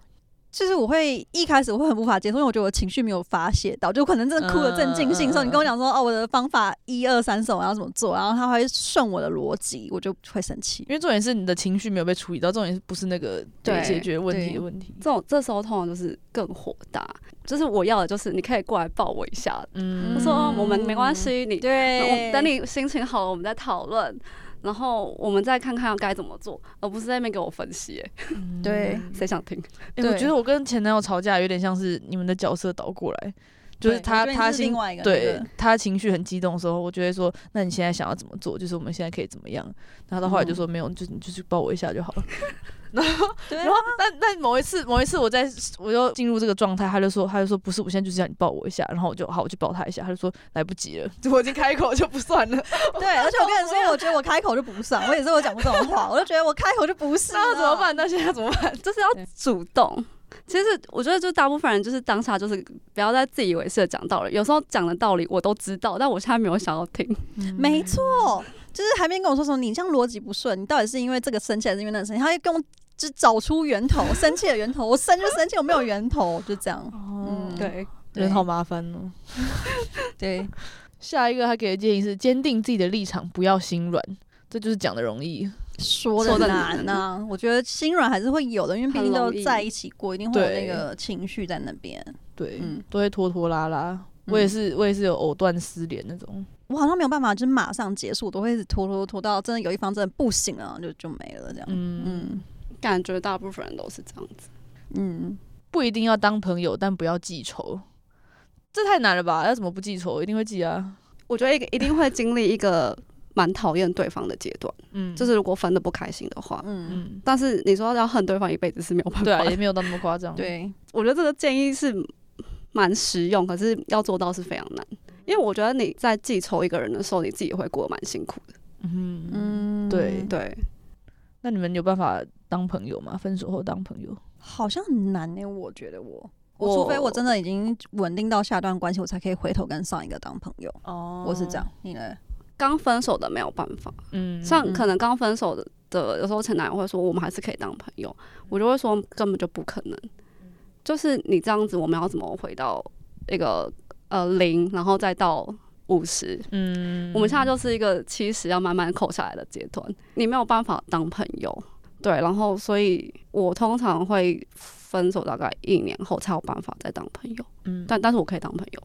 Speaker 1: 就是我会一开始我会很无法接受，因为我觉得我情绪没有发泄到，就可能真的哭的正尽兴的时候，
Speaker 3: 嗯嗯嗯
Speaker 1: 你跟我讲说哦我的方法一二三四我要怎么做，然后他会顺我的逻辑，我就会生气。
Speaker 3: 因为重点是你的情绪没有被处理到，重点是不是那个
Speaker 2: 对
Speaker 3: 解决问题
Speaker 1: 对
Speaker 3: 的问题？
Speaker 2: 这种这时候通常就是更火大，就是我要的就是你可以过来抱我一下，
Speaker 3: 嗯
Speaker 2: 他说、哦我们没关系，你
Speaker 1: 对
Speaker 2: 我等你心情好了我们再讨论，然后我们再看看该怎么做，而不是在那边给我分析、欸，
Speaker 1: 对
Speaker 2: 谁想听？
Speaker 3: 诶我
Speaker 1: 对
Speaker 3: 觉得我跟前男友吵架有点像是你们的角色倒过来，就是
Speaker 1: 对
Speaker 3: 他
Speaker 1: 我觉得你
Speaker 3: 他
Speaker 1: 是另
Speaker 3: 心
Speaker 1: 外一个
Speaker 3: 对
Speaker 1: 那个
Speaker 3: 他情绪很激动的时候，我就会说，那你现在想要怎么做？就是我们现在可以怎么样？然后他后来就说、没有，就是你就是抱我一下就好了。
Speaker 1: 对啊
Speaker 3: 然后但但某一次某一次我在我又进入这个状态，他就说他就说不是，我现在就是要你抱我一下，然后我就好我就抱他一下，他就说来不及了， 我已经开口就不算了。
Speaker 1: 对，而且我跟你说，我觉得我开口就不上，我也是有讲过这种话，我就觉得我开口就不是，
Speaker 3: 那要怎么？办？那现在要怎么办？
Speaker 2: 就是要
Speaker 1: 对
Speaker 2: 主动。其实我觉得，就大部分人就是当下就是不要再自以为是的讲道理。有时候讲的道理我都知道，但我现在没有想要听。
Speaker 1: 没错，就是还没跟我说什么，你这样逻辑不顺，你到底是因为这个生气还是因为那个生气？他会跟我就找出源头，生气的源头，我生就生气，我没有源头，就这样。
Speaker 3: 哦
Speaker 1: 嗯
Speaker 2: 对，
Speaker 3: 人好麻烦哦。
Speaker 1: 对，
Speaker 3: 下一个他给的建议是坚定自己的立场，不要心软。这就是讲的容易，
Speaker 1: 说
Speaker 2: 说
Speaker 1: 的
Speaker 2: 得
Speaker 1: 难啊
Speaker 2: 难
Speaker 1: 呐、我觉得心软还是会有的，因为毕
Speaker 2: 很
Speaker 1: 竟都
Speaker 2: 容易
Speaker 1: 在一起过，一定会有那
Speaker 3: 对
Speaker 1: 个情绪在那边。
Speaker 3: 对，
Speaker 1: 嗯
Speaker 3: 都会拖拖拉拉。我也是，我也是有藕断丝连那种。
Speaker 1: 我好像没有办法，就是马上结束，我都会一直拖拖拖到真的有一方真的不行了，就就没了这样。
Speaker 3: 嗯，
Speaker 1: 嗯
Speaker 2: 感觉大部分人都是这样子。
Speaker 1: 嗯，
Speaker 3: 不一定要当朋友，但不要记仇。这太难了吧？要怎么不记仇？一定会记啊。
Speaker 2: 我觉得一个一定会经历一个蛮讨厌对方的阶段，
Speaker 3: 嗯，
Speaker 2: 就是如果分的不开心的话。
Speaker 1: 嗯，
Speaker 3: 嗯，
Speaker 2: 但是你说要恨对方一辈子是没 有办
Speaker 3: 对
Speaker 2: 法
Speaker 3: 啊，
Speaker 2: 的。
Speaker 3: 也没有到那么夸张。，
Speaker 1: 对，
Speaker 2: 我觉得这个建议是蛮实用，可是要做到是非常难。因为我觉得你在记仇一个人的时候，你自己会过得蛮辛苦的。
Speaker 3: 嗯嗯。
Speaker 1: 嗯，
Speaker 3: 对
Speaker 2: 对，
Speaker 3: 那你们有办法当朋友吗？分手后当朋友？
Speaker 1: 好像很难呢、我觉得我。我
Speaker 2: 我
Speaker 1: 除非我真的已经稳定到下段关系，我才可以回头跟上一个当朋友。
Speaker 3: 哦
Speaker 1: 我是这样，。你呢？
Speaker 2: 刚分手的没有办法，
Speaker 3: 嗯，
Speaker 2: 像可能刚分手的的，有时候前男友会说我们还是可以当朋友，我就会说根本就不可能。就是你这样子，我们要怎么回到一个呃零，然后再到五十？
Speaker 3: 嗯，
Speaker 2: 我们现在就是一个七十要慢慢扣下来的阶段，你没有办法当朋友，对，然后所以我通常会分手大概一年后才有办法再当朋友，
Speaker 3: 嗯
Speaker 2: 但但是我可以当朋友，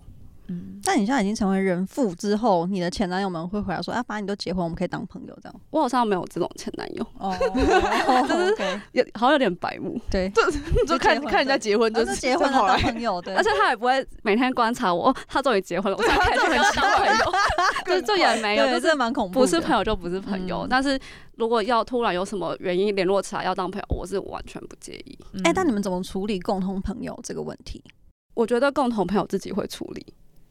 Speaker 3: 嗯
Speaker 1: 但你现在已经成为人父之后，你的前男友们会回来说：“啊，反正你都结婚，我们可以当朋友这样。
Speaker 2: 我好像没有这种前男友，”
Speaker 1: 哦 ，OK，
Speaker 2: 也好像有点白目，
Speaker 1: 对，
Speaker 3: 就看
Speaker 1: 结婚
Speaker 3: 看人家
Speaker 1: 对
Speaker 3: 结婚
Speaker 1: 就
Speaker 3: 就是
Speaker 1: 结婚
Speaker 3: 跑
Speaker 1: 了当
Speaker 3: 来，
Speaker 1: 朋友，对
Speaker 2: 欸 而，且他也不会每天观察我，哦他终于结婚了，我才可以跟他当朋友， 就就也没有，
Speaker 1: 对，
Speaker 2: 就
Speaker 1: 这
Speaker 2: 是。
Speaker 1: 个蛮恐怖
Speaker 2: 不
Speaker 1: 的，
Speaker 2: 是朋友就不是朋友，
Speaker 1: 嗯
Speaker 2: 但是如果要突然有什么原因联络起来要当朋友，我是完全不介意。
Speaker 3: 嗯
Speaker 1: 哎、但你们怎么处理共同朋友这个问题？
Speaker 2: 我觉得共同朋友自己会处理。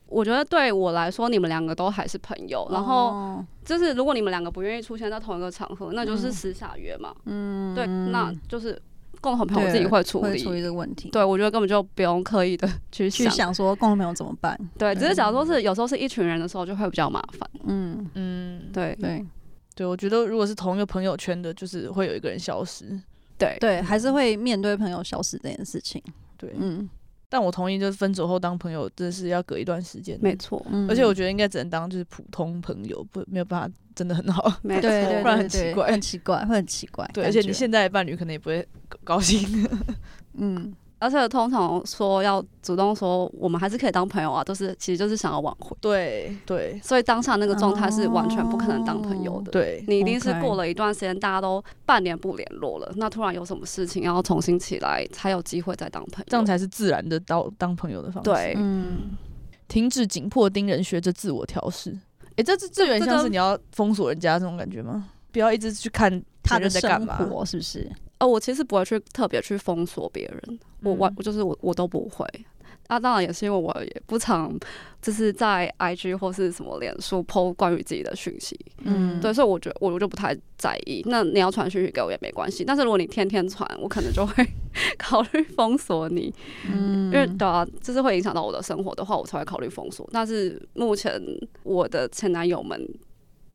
Speaker 2: 我觉得对我来说，你们两个都还是朋友。然后
Speaker 1: 哦，
Speaker 2: 就是，如果你们两个不愿意出现在同一个场合，那就是
Speaker 1: 嗯
Speaker 2: 私下约嘛。
Speaker 1: 嗯，
Speaker 2: 对，那就是共同朋
Speaker 1: 对
Speaker 2: 友自己会处
Speaker 1: 会
Speaker 2: 理。
Speaker 1: 处理这个问题，
Speaker 2: 对，我觉得根本就不用刻意的嗯去
Speaker 1: 去
Speaker 2: 想。
Speaker 1: 想说共同朋友怎么办？
Speaker 2: 对，只是假如说是有时候是一群人的时候，就会比较麻烦。
Speaker 1: 嗯，
Speaker 3: 嗯，
Speaker 2: 对
Speaker 1: 对
Speaker 3: 对，我觉得如果是同一个朋友圈的，就是会有一个人消失。
Speaker 2: 对
Speaker 1: 对，还是会面对朋友消失这件事情。
Speaker 3: 对，
Speaker 1: 嗯
Speaker 3: 但我同意，就是分手后当朋友，真的是要隔一段时间。
Speaker 2: 没错，
Speaker 1: 嗯，
Speaker 3: 而且我觉得应该只能当就是普通朋友，不没有办法真的很好。
Speaker 2: 没
Speaker 1: 对
Speaker 2: 错。
Speaker 1: 对对，
Speaker 3: 不然很
Speaker 1: 对
Speaker 3: 奇怪
Speaker 1: 很奇怪，会很奇怪。
Speaker 3: 对，
Speaker 1: 感
Speaker 3: 而且
Speaker 1: 觉
Speaker 3: 你现在的伴侣可能也不会高高兴。
Speaker 1: 嗯，
Speaker 2: 而且通常说要主动说，我们还是可以当朋友啊，都是其实就是想要挽回。
Speaker 3: 对对
Speaker 2: 所以当下那个状态是完全不可能当朋友的。
Speaker 3: 对，
Speaker 2: 你一定是
Speaker 1: 哦 OK
Speaker 2: 过了一段时间，大家都半年不联络了，那突然有什么事情要重新起来，才有机会再当朋友。
Speaker 3: 这样才是自然的当当朋友的方式。
Speaker 2: 对，
Speaker 1: 嗯，
Speaker 3: 停止紧迫盯人，学着自我调试。诶，这这这有点
Speaker 2: 这
Speaker 3: 像
Speaker 2: 跟
Speaker 3: 是你要封锁人家这种感觉吗？不要一直去看
Speaker 1: 他
Speaker 3: 前
Speaker 1: 的
Speaker 3: 任在干
Speaker 1: 生
Speaker 3: 嘛。
Speaker 1: 活是不是？
Speaker 2: 呃，我其实不会去特别去封锁别人，我
Speaker 1: 嗯
Speaker 2: 完、我就是我我都不会。啊，当然也是因为我也不常就是在 IG 或是什么脸书 PO 关于自己的讯息，
Speaker 1: 嗯
Speaker 2: 对，所以我觉得我我就不太在意。那你要传讯息给我也没关系，但是如果你天天传，我可能就会 考虑封锁你。
Speaker 1: 嗯
Speaker 2: 因为对啊，就是会影响到我的生活的话，我才会考虑封锁。但是目前我的前男友们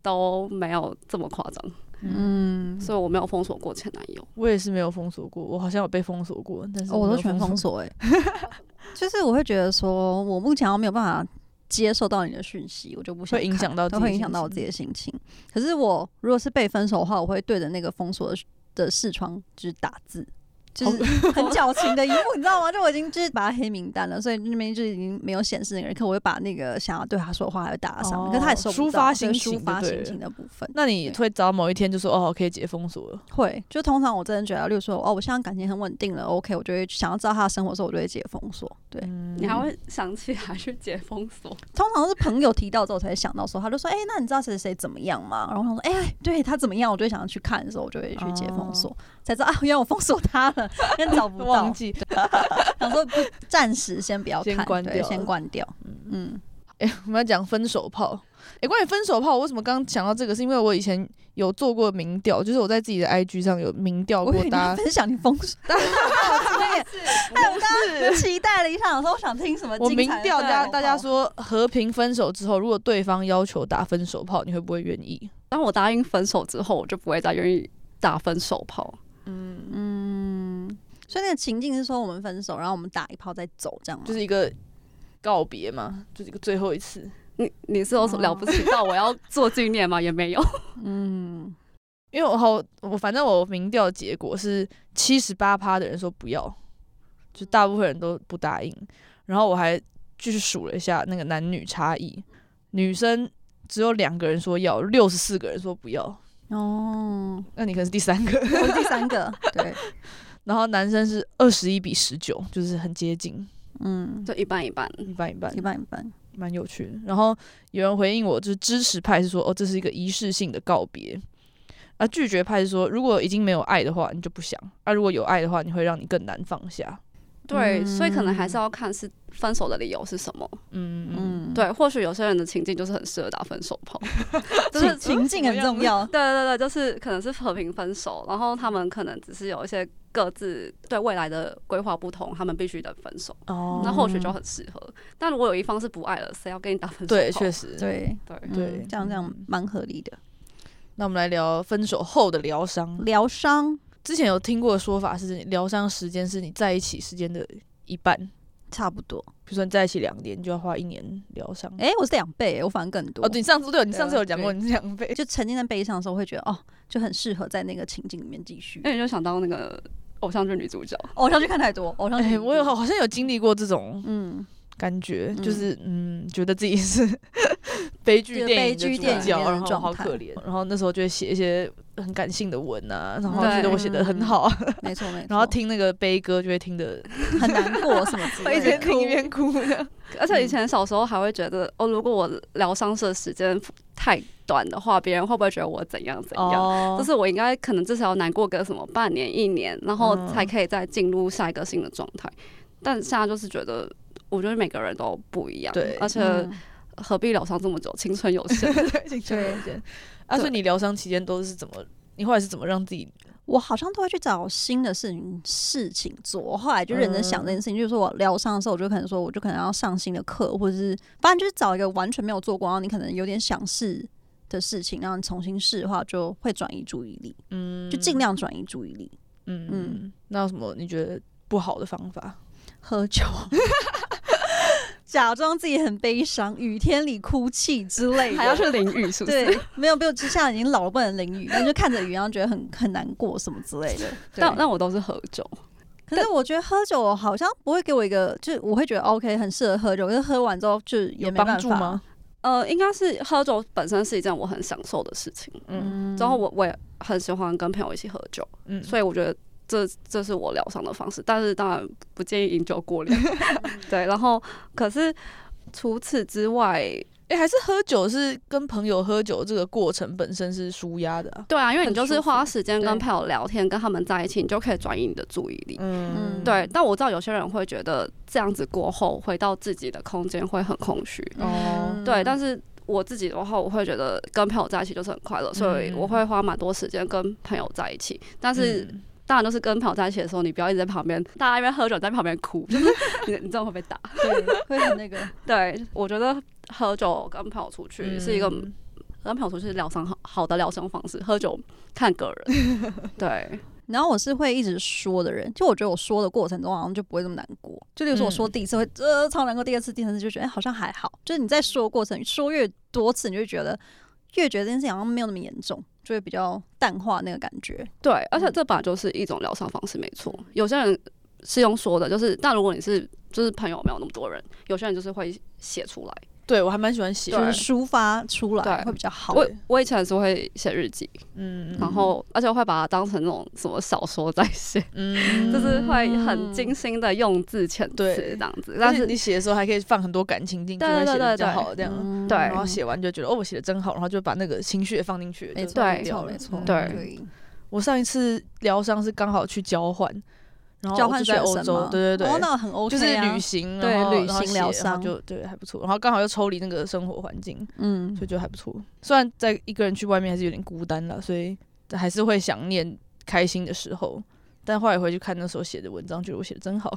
Speaker 2: 都没有这么夸张，
Speaker 1: 嗯，
Speaker 2: 所以我没有封锁过前男友。
Speaker 3: 我也是没有封锁过，我好像有被封锁过，但是
Speaker 1: 哦我
Speaker 3: 没
Speaker 1: 都
Speaker 3: 有
Speaker 1: 全封
Speaker 3: 封。
Speaker 1: 锁哎、 就是我会觉得说，我目前好像没有办法接受到你的讯息，我就不想
Speaker 3: 会影
Speaker 1: 看
Speaker 3: 响到
Speaker 1: 都
Speaker 3: 自己
Speaker 1: 会
Speaker 3: 的
Speaker 1: 影
Speaker 3: 心
Speaker 1: 响到我
Speaker 3: 情
Speaker 1: 自己的心情。可是我如果是被分手的话，我会对着那个封锁的的视窗就是打字。就是
Speaker 3: 哦
Speaker 1: 很矫情的一幕，你知道吗？就我已经就是把他黑名单了，所以那边就已经没有显示那个人。可我会把那个想要对他说的话，还会打在上面。可是他也收不
Speaker 3: 哦抒
Speaker 1: 到
Speaker 3: 发
Speaker 1: 对
Speaker 3: 心情
Speaker 1: 抒
Speaker 3: 就
Speaker 1: 发
Speaker 3: 对
Speaker 1: 心
Speaker 3: 了
Speaker 1: 情的部分。
Speaker 3: 那你会找某一天就说哦，可以解封锁了。
Speaker 1: 会，就通常我真的觉得，例如说，哦，我现在感情很稳定了，OK，我就会想要知道他的生活的时候，我就会解封锁。对，
Speaker 2: 你还会想起来去解封锁？
Speaker 1: 通常都是朋友提到之后才想到说，他就说，哎、那你知道谁谁谁怎么样吗？然后我想说，哎、对他怎么样，我就会想要去看的时候，我就会去解封锁，才知道啊，原来我封锁他了， 但找不
Speaker 3: 哦 忘
Speaker 1: 到，
Speaker 3: 记？
Speaker 1: 想说不，暂时先不要看，
Speaker 3: 先关
Speaker 1: 对
Speaker 3: 掉
Speaker 1: 先
Speaker 3: 了
Speaker 1: 关掉，嗯
Speaker 3: 哎、我们要讲分手炮。哎、关于分手炮，我为什么刚刚讲到这个？是因为我以前有做过民调，就是我在自己的 IG 上有民调
Speaker 1: 我
Speaker 3: 过
Speaker 1: 跟你
Speaker 3: 大家。
Speaker 1: 分享你封 锁，大家我刚刚期待了一下，我说我想听什么
Speaker 3: 我
Speaker 1: 精
Speaker 3: 民
Speaker 1: 彩的啊
Speaker 3: 调
Speaker 1: 分
Speaker 3: 大家
Speaker 1: 手
Speaker 3: 大家
Speaker 1: 炮，
Speaker 3: 说和平分手之后，如果对方要求打分手炮，你会不会愿意？
Speaker 2: 当我答应分手之后，我就不会再愿意打分手炮。
Speaker 1: 嗯，所以那个情境是说我们分手，然后我们打一炮再走，这样吗？
Speaker 3: 就是一个告别嘛，就是一个最后一次。
Speaker 2: 你你是有什么了不起到我要做纪念吗？也没有。
Speaker 1: 嗯，
Speaker 3: 因为我好，我反正我民调结果是七十八趴的人说不要，就大部分人都不答应。然后我还继续数了一下那个男女差异，女生只有两个人说要，六十四个人说不要，
Speaker 1: 哦，
Speaker 3: 那你可能是第三个。
Speaker 1: 我是第三个，对，
Speaker 3: 然后男生是二十一比十九，就是很接近，
Speaker 1: 嗯，
Speaker 2: 就一半一半。
Speaker 3: 一半一半
Speaker 1: 一，半一半，
Speaker 3: 蛮有趣的。然后有人回应我，就是支持派是说，哦，这是一个仪式性的告别。而拒绝派是说，如果已经没有爱的话，你就不想；而、如果有爱的话，你会让你更难放下。
Speaker 2: 对，
Speaker 1: 嗯
Speaker 2: 所以可能还是要看是分手的理由是什么。
Speaker 3: 嗯嗯，
Speaker 1: 嗯，，
Speaker 2: 对，或许有些人的情境就是很适合打分手 炮，就是
Speaker 1: 情情境很重要，
Speaker 2: 对对对，就是可能是和平分手，然后他们可能只是有一些各自对未来的规划不同，他们必须得分手，
Speaker 3: 哦
Speaker 2: 那或许就很适合。但如果有一方是不爱了，谁要跟你打分手炮？
Speaker 3: 对，确实。
Speaker 1: 对
Speaker 2: 对
Speaker 1: 嗯
Speaker 3: 对
Speaker 1: 这样这样蛮合理的。
Speaker 3: 那我们来聊分手后的疗伤。
Speaker 1: 疗伤
Speaker 3: 之前有听过的说法是，疗伤时间是你在一起时间的一半，比
Speaker 1: 差不多，
Speaker 3: 如说你在一起两年，你就要花一年疗伤。
Speaker 1: 哎、我是两倍、我反而更多。
Speaker 3: 嗯哦，对，你上次对，你上次有讲过
Speaker 2: 对
Speaker 3: 你是两倍，
Speaker 1: 就沉浸在悲伤的时候，会觉得哦，就很适合在那个情境里面继续。
Speaker 2: 那你就想到那个偶像剧女主角，
Speaker 1: 偶像剧看太多，偶像
Speaker 3: 哎、
Speaker 1: 剧
Speaker 3: 我有好像有经历过这种
Speaker 1: 嗯，
Speaker 3: 感觉，
Speaker 1: 嗯
Speaker 3: 就是嗯，觉得自己是 悲剧
Speaker 1: 就
Speaker 3: 电影
Speaker 1: 悲剧
Speaker 3: 的主
Speaker 1: 电影
Speaker 3: 角，
Speaker 1: 里面的
Speaker 3: 然后
Speaker 1: 状
Speaker 3: 好
Speaker 1: 态
Speaker 3: 可怜。然后那时候就会写一些很感性的文啊，然后
Speaker 2: 对
Speaker 3: 觉得我写的很好，
Speaker 1: 嗯没错没错。
Speaker 3: 然后听那个悲歌就会听 的，
Speaker 1: 很难过什么 之
Speaker 3: 一
Speaker 1: 类
Speaker 3: 边
Speaker 1: 的，
Speaker 3: 听一边哭 这 样。
Speaker 2: 而且以前小时候还会觉得，哦，如果我疗伤的时间太短的话，别人会不会觉得我怎样怎样？
Speaker 3: 哦
Speaker 2: 就是我应该可能至少要难过个什么半年一年，然后
Speaker 3: 嗯
Speaker 2: 才可以再进入下一个新的状态。但现在就是觉得，我觉得每个人都不一样，
Speaker 3: 对
Speaker 2: 而且
Speaker 1: 嗯
Speaker 2: 何必疗伤这么久？青春有限，
Speaker 3: 对，对。啊，所以你疗伤期间都是怎么？你后来是怎么让自己？
Speaker 1: 我好像都会去找新的事情事情做。我后来就认真
Speaker 2: 嗯
Speaker 1: 想这件事情，就是说我疗伤的时候，我就可能说，我就可能要上新的课，或者是反正就是找一个完全没有做过，然后你可能有点想试的事情，然后你重新试的话，就会转移注意力，
Speaker 3: 嗯，
Speaker 1: 就尽量转移注意力。
Speaker 3: 嗯嗯
Speaker 1: 嗯。
Speaker 3: 那有什么你觉得不好的方法？
Speaker 1: 喝 酒，假装自己很悲伤，雨天里哭泣之类的，
Speaker 2: 还要去淋雨，是不是？
Speaker 1: 对，没有没有，之下已经老了不能淋雨，但就看着雨，然后觉得很很难过什么之类 的。
Speaker 2: 但
Speaker 1: 对
Speaker 2: 但我都是喝酒，
Speaker 1: 可是我觉得喝酒好像不会给我一个，就是我会觉得 OK 很适合喝酒，可是喝完之后就也
Speaker 3: 有
Speaker 1: 没
Speaker 3: 帮
Speaker 1: 办
Speaker 3: 助
Speaker 1: 法
Speaker 3: 吗？？
Speaker 2: 呃，应该是喝酒本身是一件我很享受的事情，
Speaker 3: 嗯
Speaker 2: 然后我我也很喜欢跟朋友一起喝酒，
Speaker 3: 嗯，
Speaker 2: 所以我觉得这这是我疗伤的方式，但是当然不建议饮酒过 量。对，然后可是除此之外，
Speaker 3: 哎、还是喝酒是跟朋友喝酒这个过程本身是舒压的啊、
Speaker 2: 对啊，因为你
Speaker 1: 很
Speaker 2: 就是
Speaker 1: 舒服
Speaker 2: 花时间跟
Speaker 1: 对
Speaker 2: 朋友聊天，跟他们在一起，你就可以转移你的注意力。
Speaker 3: 嗯
Speaker 1: 嗯
Speaker 2: 对，但我知道有些人会觉得这样子过后回到自己的空间会很空虚，
Speaker 1: 嗯
Speaker 3: 哦
Speaker 2: 对。但
Speaker 1: 是
Speaker 2: 是我自己的话，我会觉得跟朋友在一起就是很快乐，所以
Speaker 3: 嗯
Speaker 2: 我会花蛮多时间跟朋友在一起。但
Speaker 3: 但
Speaker 2: 是
Speaker 1: 嗯
Speaker 2: 当然就是跟朋友在一起的时候，你不要一直在旁边，大家一边喝酒在旁边哭，就是 你你这样会被打。
Speaker 1: 对，会很那个，
Speaker 2: 对，我觉得喝酒跟朋友出去是一个
Speaker 3: 嗯
Speaker 2: 跟朋友出去疗伤好好的疗伤方式，喝酒看个人。 对，
Speaker 1: 然后我是会一直说的人，就我觉得我说的过程中好像就不会这么难过。就例如说我说
Speaker 3: 嗯
Speaker 1: 第一次会、呃超难过，第二次、第三次就觉得、哎好像还好。就是你在说的过程说越多次，你就会觉得越觉得这件事情好像没有那么严重，就会比较淡化那个感觉。
Speaker 2: 对，而
Speaker 3: 嗯
Speaker 2: 且这本来就是一种疗伤方式，没错。有些人是用说的，就是但如果你是就是朋友没有那么多人，有些人就是会写出来。
Speaker 3: 对我还蛮喜欢写
Speaker 1: 就
Speaker 3: 的，
Speaker 1: 是抒发出来
Speaker 2: 对
Speaker 1: 会比较好。
Speaker 2: 我我以前是会写日记，
Speaker 3: 嗯
Speaker 2: 然后而且我会把它当成那种什么小说在写，
Speaker 3: 嗯
Speaker 2: 就是会很精心的用字遣
Speaker 3: 对
Speaker 2: 词这样子。
Speaker 3: 但
Speaker 2: 但
Speaker 3: 是
Speaker 2: 是
Speaker 3: 你写的时候还可以放很多感情进去，
Speaker 2: 对
Speaker 3: 会写
Speaker 2: 对对
Speaker 3: 的比
Speaker 2: 对
Speaker 3: 较好这样。
Speaker 1: 嗯
Speaker 2: 对
Speaker 3: 然后写完就觉得哦，我写的真好，然后就把那个情绪也放进去，
Speaker 1: 没
Speaker 3: 就
Speaker 1: 错，
Speaker 2: 对
Speaker 1: 没错，没错，
Speaker 3: 嗯
Speaker 2: 对，
Speaker 3: 我上一次疗伤是刚好去交换，然后
Speaker 1: 交
Speaker 3: 我
Speaker 1: 换
Speaker 3: 就在
Speaker 1: 学
Speaker 3: 欧
Speaker 1: 生
Speaker 3: 洲
Speaker 1: 吗，
Speaker 3: 对对
Speaker 1: 哦，
Speaker 3: 对，
Speaker 1: 那很 OK，
Speaker 3: 就是
Speaker 1: 啊
Speaker 3: 旅行，
Speaker 1: 对
Speaker 3: 然后
Speaker 1: 旅
Speaker 3: 然后
Speaker 1: 行
Speaker 3: 写
Speaker 1: 疗
Speaker 3: 然后
Speaker 1: 伤
Speaker 3: 就对还不错，然后刚好又抽离那个生活环境，
Speaker 1: 嗯
Speaker 3: 所以就还不错。虽然在一个人去外面还是有点孤单了，所以还是会想念开心的时候。但后来回去看那时候写的文章，觉得我写的真好。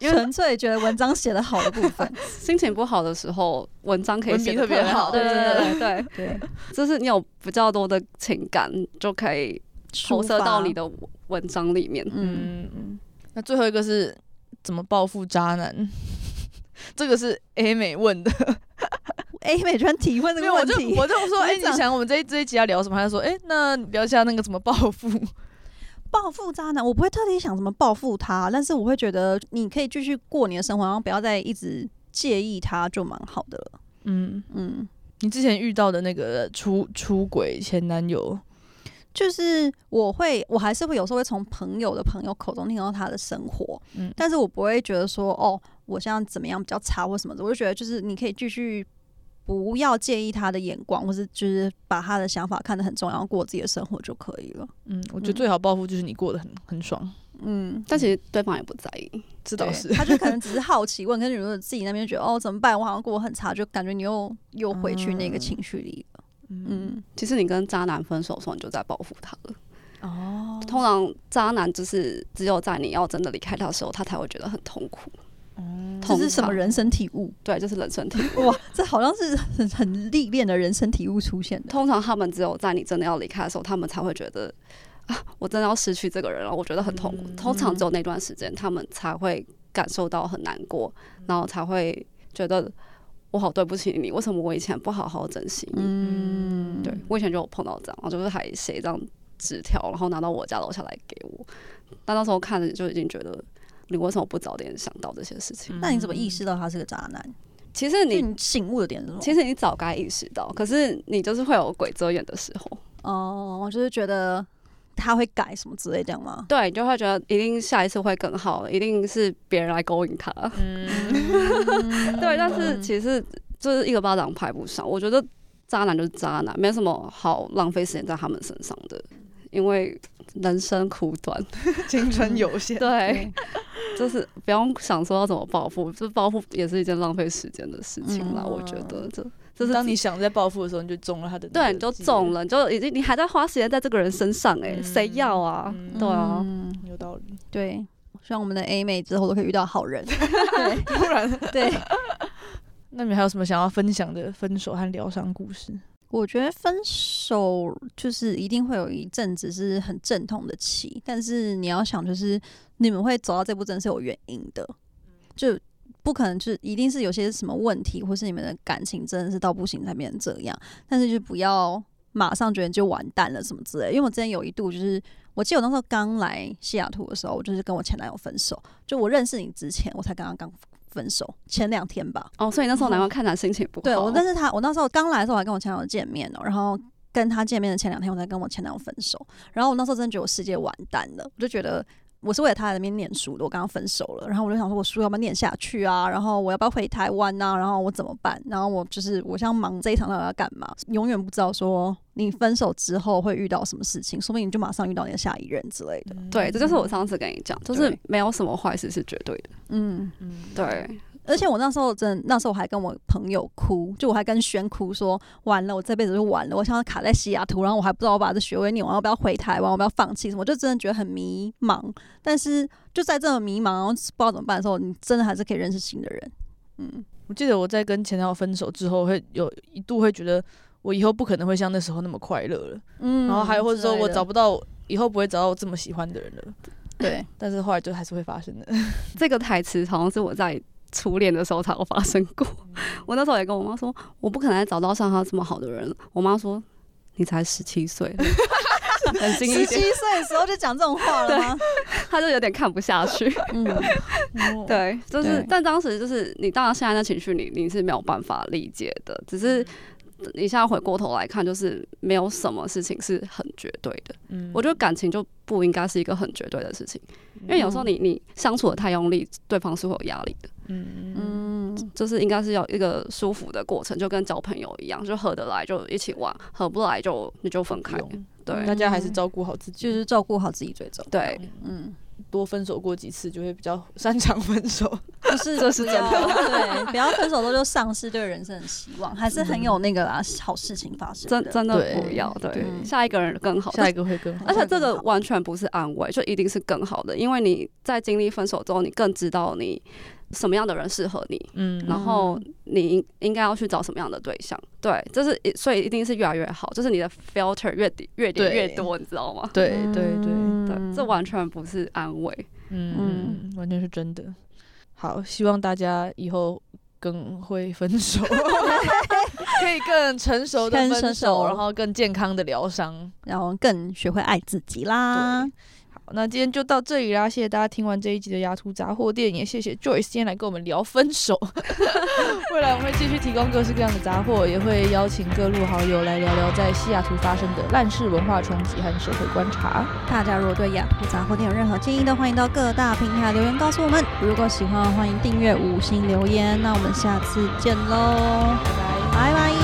Speaker 2: 因为
Speaker 1: 纯粹觉得文章写的好的部分，
Speaker 2: 心情不好的时候，文章可以
Speaker 3: 文笔
Speaker 2: 写得
Speaker 3: 特别
Speaker 2: 很
Speaker 3: 好
Speaker 2: 对对
Speaker 3: 真
Speaker 2: 对对
Speaker 1: 对，
Speaker 2: 对，就是你有比较多的情感，就可以投射到你
Speaker 1: 的，
Speaker 2: 的文章里面。
Speaker 1: 嗯，
Speaker 3: 嗯，嗯 那最后一个是 怎么报复渣男？这个是 A 美问的，
Speaker 1: A 美圈提 问这个
Speaker 3: 没有，我
Speaker 1: 问
Speaker 3: 就
Speaker 1: 题，
Speaker 3: 我就说，哎、
Speaker 1: 你
Speaker 3: 你
Speaker 1: 讲
Speaker 3: 想我们这一这一集要聊什么？他就说，哎、那聊一下那个怎么报复。
Speaker 1: 报复渣男，我不会特地想怎么报复他，但是我会觉得你可以继续过你的生活，然后不要再一直介意他，就蛮好的了。
Speaker 3: 嗯，
Speaker 1: 嗯，
Speaker 3: 你之前遇到的那个出出轨前男友，
Speaker 1: 就是我会，我还是会有时候会从朋友的朋友口中听到他的生活，
Speaker 3: 嗯
Speaker 1: 但是我不会觉得说哦，我现在怎么样比较差或什么的，我就觉得就是你可以继续。不要介意他的眼光，或是就是把他的想法看得很重要，然后过自己的生活就可以了。
Speaker 3: 嗯，我觉得最好报复就是你过得很很爽，
Speaker 1: 嗯，
Speaker 2: 但其实对方也不在意。
Speaker 3: 这
Speaker 1: 对
Speaker 3: 倒是。
Speaker 1: 他就可能只是好奇问，可是你如果自己那边觉得哦怎么办，我好像过得很差，就感觉你又又回去那个情绪里了。
Speaker 3: 嗯，
Speaker 1: 嗯，
Speaker 2: 其实你跟渣男分手的时候，你就在报复他了。
Speaker 3: 哦，
Speaker 2: 通常渣男就是只有在你要真的离开他的时候，他才会觉得很痛苦。
Speaker 3: 嗯
Speaker 1: 这
Speaker 2: 痛
Speaker 1: 是什么人生体悟？
Speaker 2: 对，就是人生体。
Speaker 1: 哇，这好像是很很历练的人生体悟出现的。
Speaker 2: 通常他们只有在你真的要离开的时候，他们才会觉得啊，我真的要失去这个人了，我觉得很痛苦。通常只有那段时间，他们才会感受到很难过，然后才会觉得我好对不起你，为什么我以前不好好珍惜你？
Speaker 1: 嗯，
Speaker 2: 对我以前就有碰到这样，我就是还写一张纸条，然后拿到我家楼下来给我。但那时候看着就已经觉得，你为什么不早点想到这些事情？
Speaker 1: 那你怎么意识到他是个渣男？
Speaker 2: 其实
Speaker 1: 就
Speaker 2: 你
Speaker 1: 你醒悟的点是什么？
Speaker 2: 其实你早该意识到，可是你就是会有鬼遮眼的时候。
Speaker 1: 哦，我就是觉得他会改什么之类这样吗？
Speaker 2: 对，你就会觉得一定下一次会更好，一定是别人来勾引他。
Speaker 3: 嗯
Speaker 2: 对，但是其实就是一个巴掌拍不响。我觉得渣男就是渣男，没什么好浪费时间在他们身上的，因为人生苦短。
Speaker 3: 青春有限，
Speaker 2: 对，就是不用想说要怎么报复，就是报复也是一件浪费时间的事情啦。
Speaker 1: 嗯
Speaker 2: 我觉得这就是
Speaker 3: 当你想在报复的时候，你就中了他的，
Speaker 2: 对你就中
Speaker 3: 了，
Speaker 2: 了，你就已经你还在花时间在这个人身上、欸，哎、谁要啊？
Speaker 3: 嗯
Speaker 2: 对啊，
Speaker 1: 嗯
Speaker 3: 有道 理。
Speaker 1: 对，希望我们的 A 妹之后都可以遇到好 人。对
Speaker 3: 突然，
Speaker 1: 对，
Speaker 3: 那你们还有什么想要分享的分手和疗伤故事？
Speaker 1: 我觉得分手就是一定会有一阵子是很阵痛的期，但是你要想，就是你们会走到这步，真是有原因的，就不可能就是一定是有些什么问题，或是你们的感情真的是到不行才变成这样。但是就不要马上觉得就完蛋了什么之类的因为我之前有一度就是，我记得我那时候刚来西雅图的时候，我就是跟我前男友分手，就我认识你之前，我才刚刚刚分手，前两天吧。
Speaker 2: 哦，所以那时候难怪看男心情不好。
Speaker 1: 对我，但是他我那时候刚来的时候，我还跟我前男友见面哦、然后跟他见面的前两天，我才跟我前男友分手。然后我那时候真的觉得我世界完蛋了，我就觉得我是为了他在那边念书的，我刚刚分手了，然后我就想说我书要不要念下去啊？然后我要不要回台湾啊？然后我怎么办？然后我就是我想忙这一场到底要干嘛？永远不知道说你分手之后会遇到什么事情，说不定你就马上遇到你的下一任之类的。
Speaker 2: 对，这就是我上次跟你讲，就是
Speaker 1: 对
Speaker 2: 没有什么坏事是绝对的。
Speaker 1: 嗯。
Speaker 3: 嗯，
Speaker 2: 对，
Speaker 1: 而且我那时候真的，那时候我还跟我朋友哭，就我还跟轩哭说，完了，我这辈子就完了，我想要卡在西雅图，然后我还不知道我把这学位念完，我要不要回台湾，我要不要放弃什么，我就真的觉得很迷茫。但是就在这么迷茫，然后不知道怎么办的时候，你真的还是可以认识新的人。嗯，
Speaker 3: 我记得我在跟前男友分手之后，会有一度会觉得我以后不可能会像那时候那么快乐了，
Speaker 1: 嗯
Speaker 3: 然后还有或者说我找不到以后不会找到我这么喜欢的人了，
Speaker 1: 对，
Speaker 3: 但是后来就还是会发生的。
Speaker 2: 这个台词好像是我在初恋的时候才有发生过。 我那时候也跟我妈说，我不可能再找到像他这么好的人了。我妈说，你才十七岁， 冷静
Speaker 1: 十
Speaker 2: 一
Speaker 1: 七
Speaker 2: 点。
Speaker 1: 岁的时候就讲这种话了吗？
Speaker 2: 她就有点看不下 去。
Speaker 1: 嗯，
Speaker 3: 对，
Speaker 2: 对，就是
Speaker 1: 对，
Speaker 2: 但当时就是你，当然现在的情绪你你是没有办法理解的，只是你现在回过头来看，就是没有什么事情是很绝对的。
Speaker 3: 嗯
Speaker 2: 我觉得感情就不应该是一个很绝对的事情，因为有时候你你相处的太用力，对方是会有压力的。
Speaker 3: 嗯嗯
Speaker 1: 嗯，
Speaker 2: 就是应该是要一个舒服的过程，就跟交朋友一样，就合得来就一起玩，合不来就你就分开。
Speaker 3: 用
Speaker 2: 对
Speaker 3: 大家还是照顾好自己，
Speaker 1: 就是照顾好自己最重要。
Speaker 2: 对，
Speaker 1: 嗯。
Speaker 3: 多分手过几次，就会比较擅长分手。
Speaker 1: 不是，
Speaker 2: 这是
Speaker 1: 不
Speaker 2: 真
Speaker 1: 要
Speaker 2: 的
Speaker 1: 对，不要分手之后就丧失对人生的希望，还是很有那个啦，好事情发生的。
Speaker 2: 真真
Speaker 3: 对
Speaker 2: 的不要对
Speaker 1: 对
Speaker 2: 下一个人更好，
Speaker 3: 下一个会更好。
Speaker 2: 而且这个
Speaker 1: 更好
Speaker 2: 完全不是安慰，就一定是更好的，因为你在经历分手之后，你更知道你什么样的人适合你，
Speaker 3: 嗯
Speaker 2: 然后你应应该要去找什么样的对象。对，这是所以一定是越来越好，就是你的 filter 越底越点
Speaker 3: 对嗯
Speaker 2: 越多，你知道吗？
Speaker 3: 对对对，
Speaker 1: 嗯
Speaker 2: 对，这完全不是安慰。
Speaker 3: 嗯，完全是真的。 好，希望大家以后更会分手。可以更成熟的
Speaker 1: 更
Speaker 3: 分
Speaker 1: 成
Speaker 3: 手，
Speaker 1: 熟
Speaker 3: 然后更健康的疗伤。
Speaker 1: 然后更学会爱自己啦
Speaker 3: 对。好，那今天就到这里啦，谢谢大家听完这一集的牙突杂货店，也谢谢 Joyce 今天来跟我们聊分手。 未来我们会继续提供各式各样的杂货，也会邀请各路好友来聊聊在西雅图发生的烂事文化冲击和社会观察。
Speaker 1: 大家如果对雅虎杂货店有任何建议的，欢迎到各大平台留言告诉我们。如果喜欢，欢迎订阅、五星留言。那我们下次见喽，
Speaker 3: 拜
Speaker 1: 拜
Speaker 3: 拜。
Speaker 1: 拜。